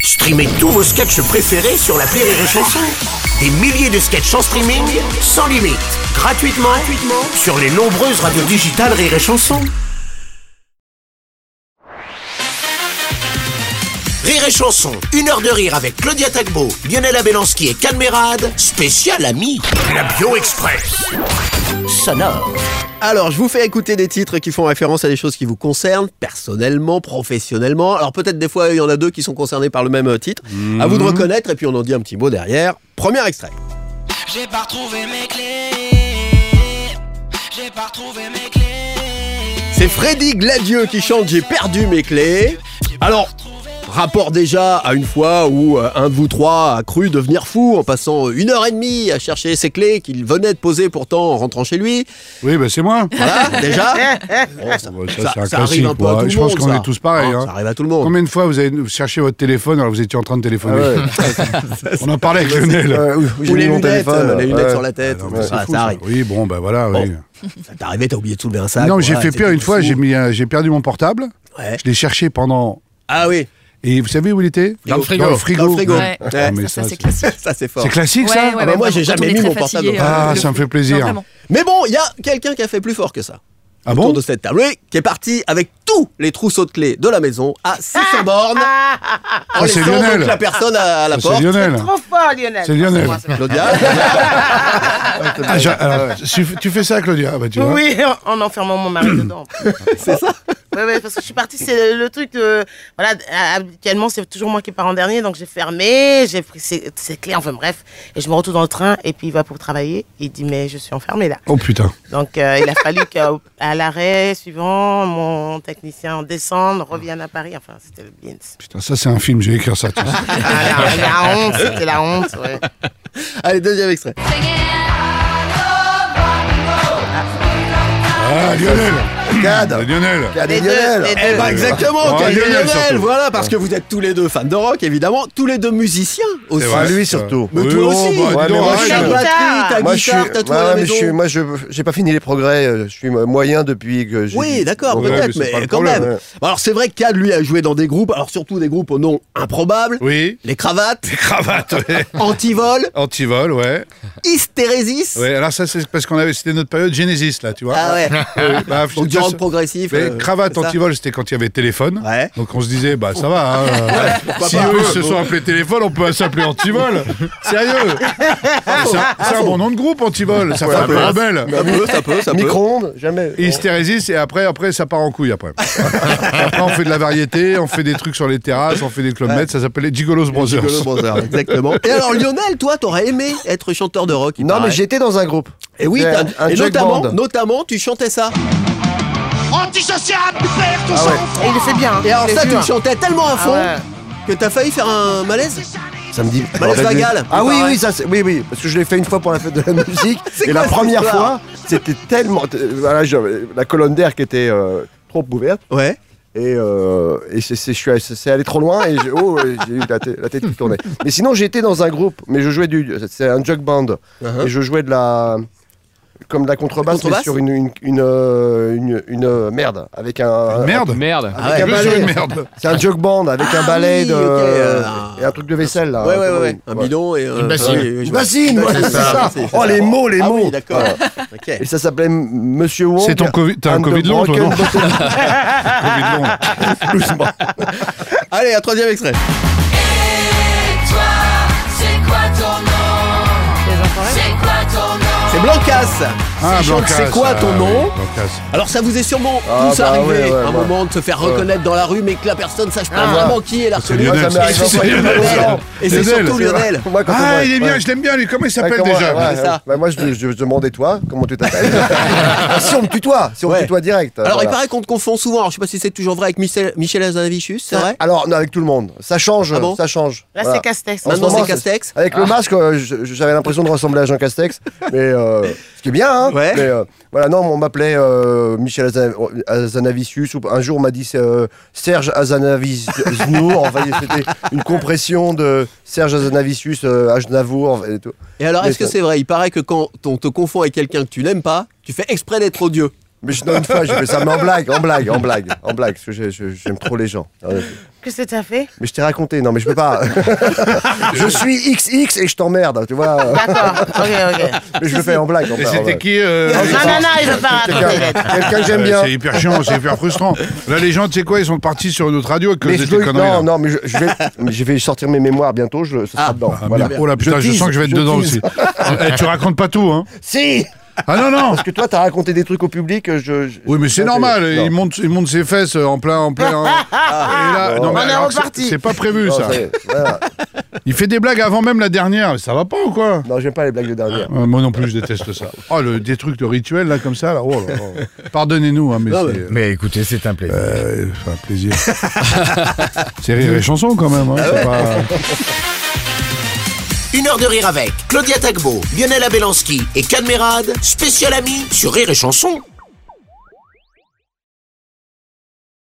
Streamez tous vos sketchs préférés sur la Rire et Chanson. Des milliers de sketchs en streaming, sans limite, gratuitement, gratuitement sur les nombreuses radios digitales Rire et Chanson. Rire et Chanson, une heure de rire avec Claudia Tagbo, Lionel Abélanski et Canmerade, spécial ami. La Bio Express. Sonore. Alors, je vous fais écouter des titres qui font référence à des choses qui vous concernent, personnellement, professionnellement. Alors, peut-être des fois, il y en a deux qui sont concernés par le même euh, titre. À vous de reconnaître, et puis on en dit un petit mot derrière. Premier extrait. J'ai pas retrouvé mes clés. J'ai pas retrouvé mes clés. C'est Freddy Gladieux qui chante J'ai perdu mes clés. Alors, rapport déjà à une fois où euh, un de vous trois a cru devenir fou en passant une heure et demie à chercher ses clés qu'il venait de poser pourtant en rentrant chez lui. Oui, bah c'est moi. Voilà, Oh, déjà. Bon, ça, Ouais, ça- ça arrive un peu à quoi. tout le Je pense monde, qu'on ça. est tous pareils. Hein, hein. Ça arrive à tout le monde. Combien de fois vous avez vous cherchez votre téléphone alors que vous étiez en train de téléphoner On en parlait avec Lionel. Ouais, où- où j'ai Ou mis les mon lunettes, téléphone, euh, les lunettes ouais. sur la tête. Ah, Non, mais Ouais, c'est ça, fou, ça ça. arrive. Oui, bon, bah voilà. oui. Ça t'est arrivé, t'as oublié de soulever un sac. non, voilà, j'ai fait pire t'étais une fois, fou. j'ai mis un- j'ai perdu mon portable. Ouais. Je l'ai cherché pendant. Ah oui, Et vous savez où il était Dans le frigo. Dans le frigo. Dans le frigo. Ouais. Ah, Ouais. mais ça, ça, c'est c'est classique. ça c'est fort. c'est classique ça bah, moi, j'ai vraiment, jamais mis quand on est mon très portable fatigué, dans le euh, Ah, de ça me fou. fait plaisir. Non, vraiment. Mais bon, il y a quelqu'un qui a fait plus fort que ça. Ah Autour bon de cette table, oui, qui est parti avec tous les trousseaux de clés de la maison à 600 bornes. En Ah, c'est laissant Lionel. donc la personne à, à la Ah, C'est porte. Lionel. Trop fort, Lionel. C'est Lionel. Moi, c'est- Claudia. Ah, j'a- alors, tu tu fais ça, Claudia Ah, bah, tu vois. Oui, en enfermant mon mari dedans. c'est ça Oui, oui, parce que je suis partie, c'est le, le truc, euh, voilà, habituellement, c'est toujours moi qui pars en dernier, donc j'ai fermé, j'ai pris ses, ses clés, enfin bref, et je me retrouve dans le train, et puis il va pour travailler, il dit, mais je suis enfermée là. Oh putain. Donc euh, il a fallu qu'à à l'arrêt suivant, mon technicien descende, revienne à Paris, enfin c'était le bien. Putain, ça c'est un film, j'ai écrit ça. tiens. Ah, la, la honte, c'était la honte, ouais. Allez, deuxième extrait. Ah, Lionel Cad Lionel Cad et Les deux, Lionel les deux. Eh ben exactement, Ah, Cad et Lionel, Lionel, surtout. voilà, parce que vous êtes tous les deux fans de rock, évidemment, tous les deux musiciens aussi. C'est vrai, lui, ça. surtout. Mais Oui, toi oh, aussi. bah, dis Ouais, donc, mais moi, arrête. je Ta suis- batterie, ta Moi, je suis, guitare, t'as tout à ouais, la mais je maison. suis- moi, je- j'ai pas fini les progrès. euh, Je suis mo- moyen depuis que j'ai. Oui, d'accord, Ouais, mais peut-être, c'est mais, pas le quand problème, hein. même. ouais. Alors c'est vrai que Cad, lui, a joué dans des groupes, alors surtout des groupes au nom improbable. Oui. Les cravates, Cravate, ouais. antivol, Antivol, ouais. hystérésis. Ouais, alors ça, c'est parce qu'on avait, c'était notre période Genesis, là, tu vois. Ah ouais. Ouais, bah, Donc ça, du rock ça- progressif. Mais euh, cravate, c'est ça. antivol, c'était quand il y avait téléphone. Ouais. Donc on se disait, bah ça va. hein, euh, si pas. eux se sont appelés téléphone, on peut s'appeler antivol. Sérieux Ah, C'est un- C'est un bon nom de groupe, antivol. Ça fait un peu ouais. rebelle. Ça peut, ça peut, ça peut. Micro-ondes, jamais. Et hystérésis, et après, après, ça part en couille après. après, on fait de la variété, on fait des trucs sur les terrasses, on fait des clubs maîtres, ça s'appelait Gigolos Brothers. Gigolo Brothers, exactement. Et alors Lionel, toi, t'aurais aimé être chanteur de rock il Non, mais paraît. j'étais dans un groupe. Et oui, C'était t'as- un, un et jug notamment, band. notamment, tu chantais ça. Antisocial, père ton Ah ouais. Et il le fait bien. hein, Et alors je ça, te tu le jure. chantais tellement à fond Ah que t'as failli faire un malaise. Ça me dit. Bah, laisse la gale, Ah il oui, paraît. oui, ça, c'est- oui, oui, parce que je l'ai fait une fois pour la fête de la musique. C'est et quoi la cette première histoire fois, c'était tellement. euh, Voilà, j'avais la colonne d'air qui était euh, trop ouverte. Ouais. Et, euh, et c'est, c'est- je suis allé- c'est allé trop loin et j'ai, oh, et j'ai eu la, tête- la tête qui tournait. Mais sinon, j'étais dans un groupe, mais je jouais du. C'est un jug band. Uh-huh. Et je jouais de la. Comme de la contrebasse, mais Contrebasse sur une, une, une, euh, une- une, euh, merde. Avec un. Merde Merde. Ah avec un ouais. Juste balai. une merde. C'est un jug band avec Ah un balai oui, de, ok, euh, et un truc de vaisselle là. Ouais, ouais, ouais, Comment ouais. il- Un Ah bidon et Une bassine. Une bassine, ouais, c'est ça. Oh, les mots, les ah, mots. Oui, d'accord. Ok. Et ça s'appelait M- Monsieur Wong. C'est ton Covid- t'as un and the Covid long, toi, Broken non Bottle. Covid long. Allez, un troisième extrait. C'est Blancas. Ah, C'est chante, Blancas, C'est quoi ton ah, nom oui, Blancas. Alors ça vous est sûrement Ah, tous bah arrivé ouais, ouais, un ouais. moment de se faire reconnaître dans la rue mais que la personne sache pas Ah. vraiment qui est la C'est Moi, Lionel. ça m'est arrivé C'est en voyage Lionel. de Londres. Et c'est Lionel. surtout Lionel. Moi, quand on Ah, voit- il est bien, ouais. je l'aime bien lui. Comment il Ouais, s'appelle comment- déjà ouais, C'est ouais. ça. Bah, Moi, je, je demandais toi, comment tu t'appelles Si on me tutoie, si on Ouais. me tutoie direct. Alors voilà. il paraît qu'on te confond souvent, alors, je sais pas si c'est toujours vrai avec Michel, Michel Azanavichus, c'est vrai Alors, non, avec tout le monde. Ça change, Ah bon Ah. ça change. Là, Voilà. c'est Castex. En ce Maintenant moment, c'est Castex Avec le masque, euh, je- j'avais l'impression de ressembler à Jean Castex, mais euh, ce qui est bien, hein. Ouais. Mais euh, voilà, non, on m'appelait euh, Michel Azan- Azanavicius, ou un jour on m'a dit euh, Serge Azanavisnour, enfin c'était une compression de Serge Azanavicius, euh, Aznavour et tout. Et alors est-ce que Mais c'est vrai Il paraît que quand on te confond avec quelqu'un que tu n'aimes pas, tu fais exprès d'être odieux. Mais je, non, une fois, j'ai fait ça, mais en blague, en blague, en blague, en blague, parce que j'ai- je- j'aime trop les gens. Ah Ouais. Qu'est-ce que t'as fait Mais je t'ai raconté, non mais je peux pas. je suis XX et je t'emmerde, tu vois. D'accord, ok, ok. Mais je le fais en blague. en Et fait, en c'était vrai. qui euh, Ah, Non, non, non, il veut pas raconter les lettres. Quelqu'un Ah, quelqu'un que j'aime Ouais, bien. Euh, C'est hyper chiant, c'est hyper frustrant. Là, les gens, tu sais quoi, ils sont partis sur une autre radio que Mais des je veux- conneries. non, là. non, mais je, je vais, mais je vais sortir mes mémoires bientôt, je, ce sera dedans. Ah, voilà. merde. Oh là putain, je, tease, sens que je vais être dedans tease. aussi. Eh, tu racontes pas tout, hein Si Ah non, non Parce que toi, t'as raconté des trucs au public, je. je- Oui, mais c'est je- normal, Non. il monte, il monte ses fesses euh, en plein. En plein en- Et là, non, mais On est alors que c'est- reparti. C'est pas prévu, Non, ça. ça y est, voilà. Il fait des blagues avant même la dernière, ça va pas ou quoi Non, j'aime pas les blagues de dernière. Euh, Moi non plus, je déteste ça. Oh, le, des trucs de rituel, là, comme ça, là. oh là, oh. Pardonnez-nous, hein, mais Non, c'est Mais écoutez, c'est un plaisir. euh, c'est un plaisir. c'est rire et chanson, quand même. hein, c'est pas... Une heure de rire avec Claudia Tagbo, Lionel Abelanski et Cadmerade, spécial ami sur Rire et Chanson.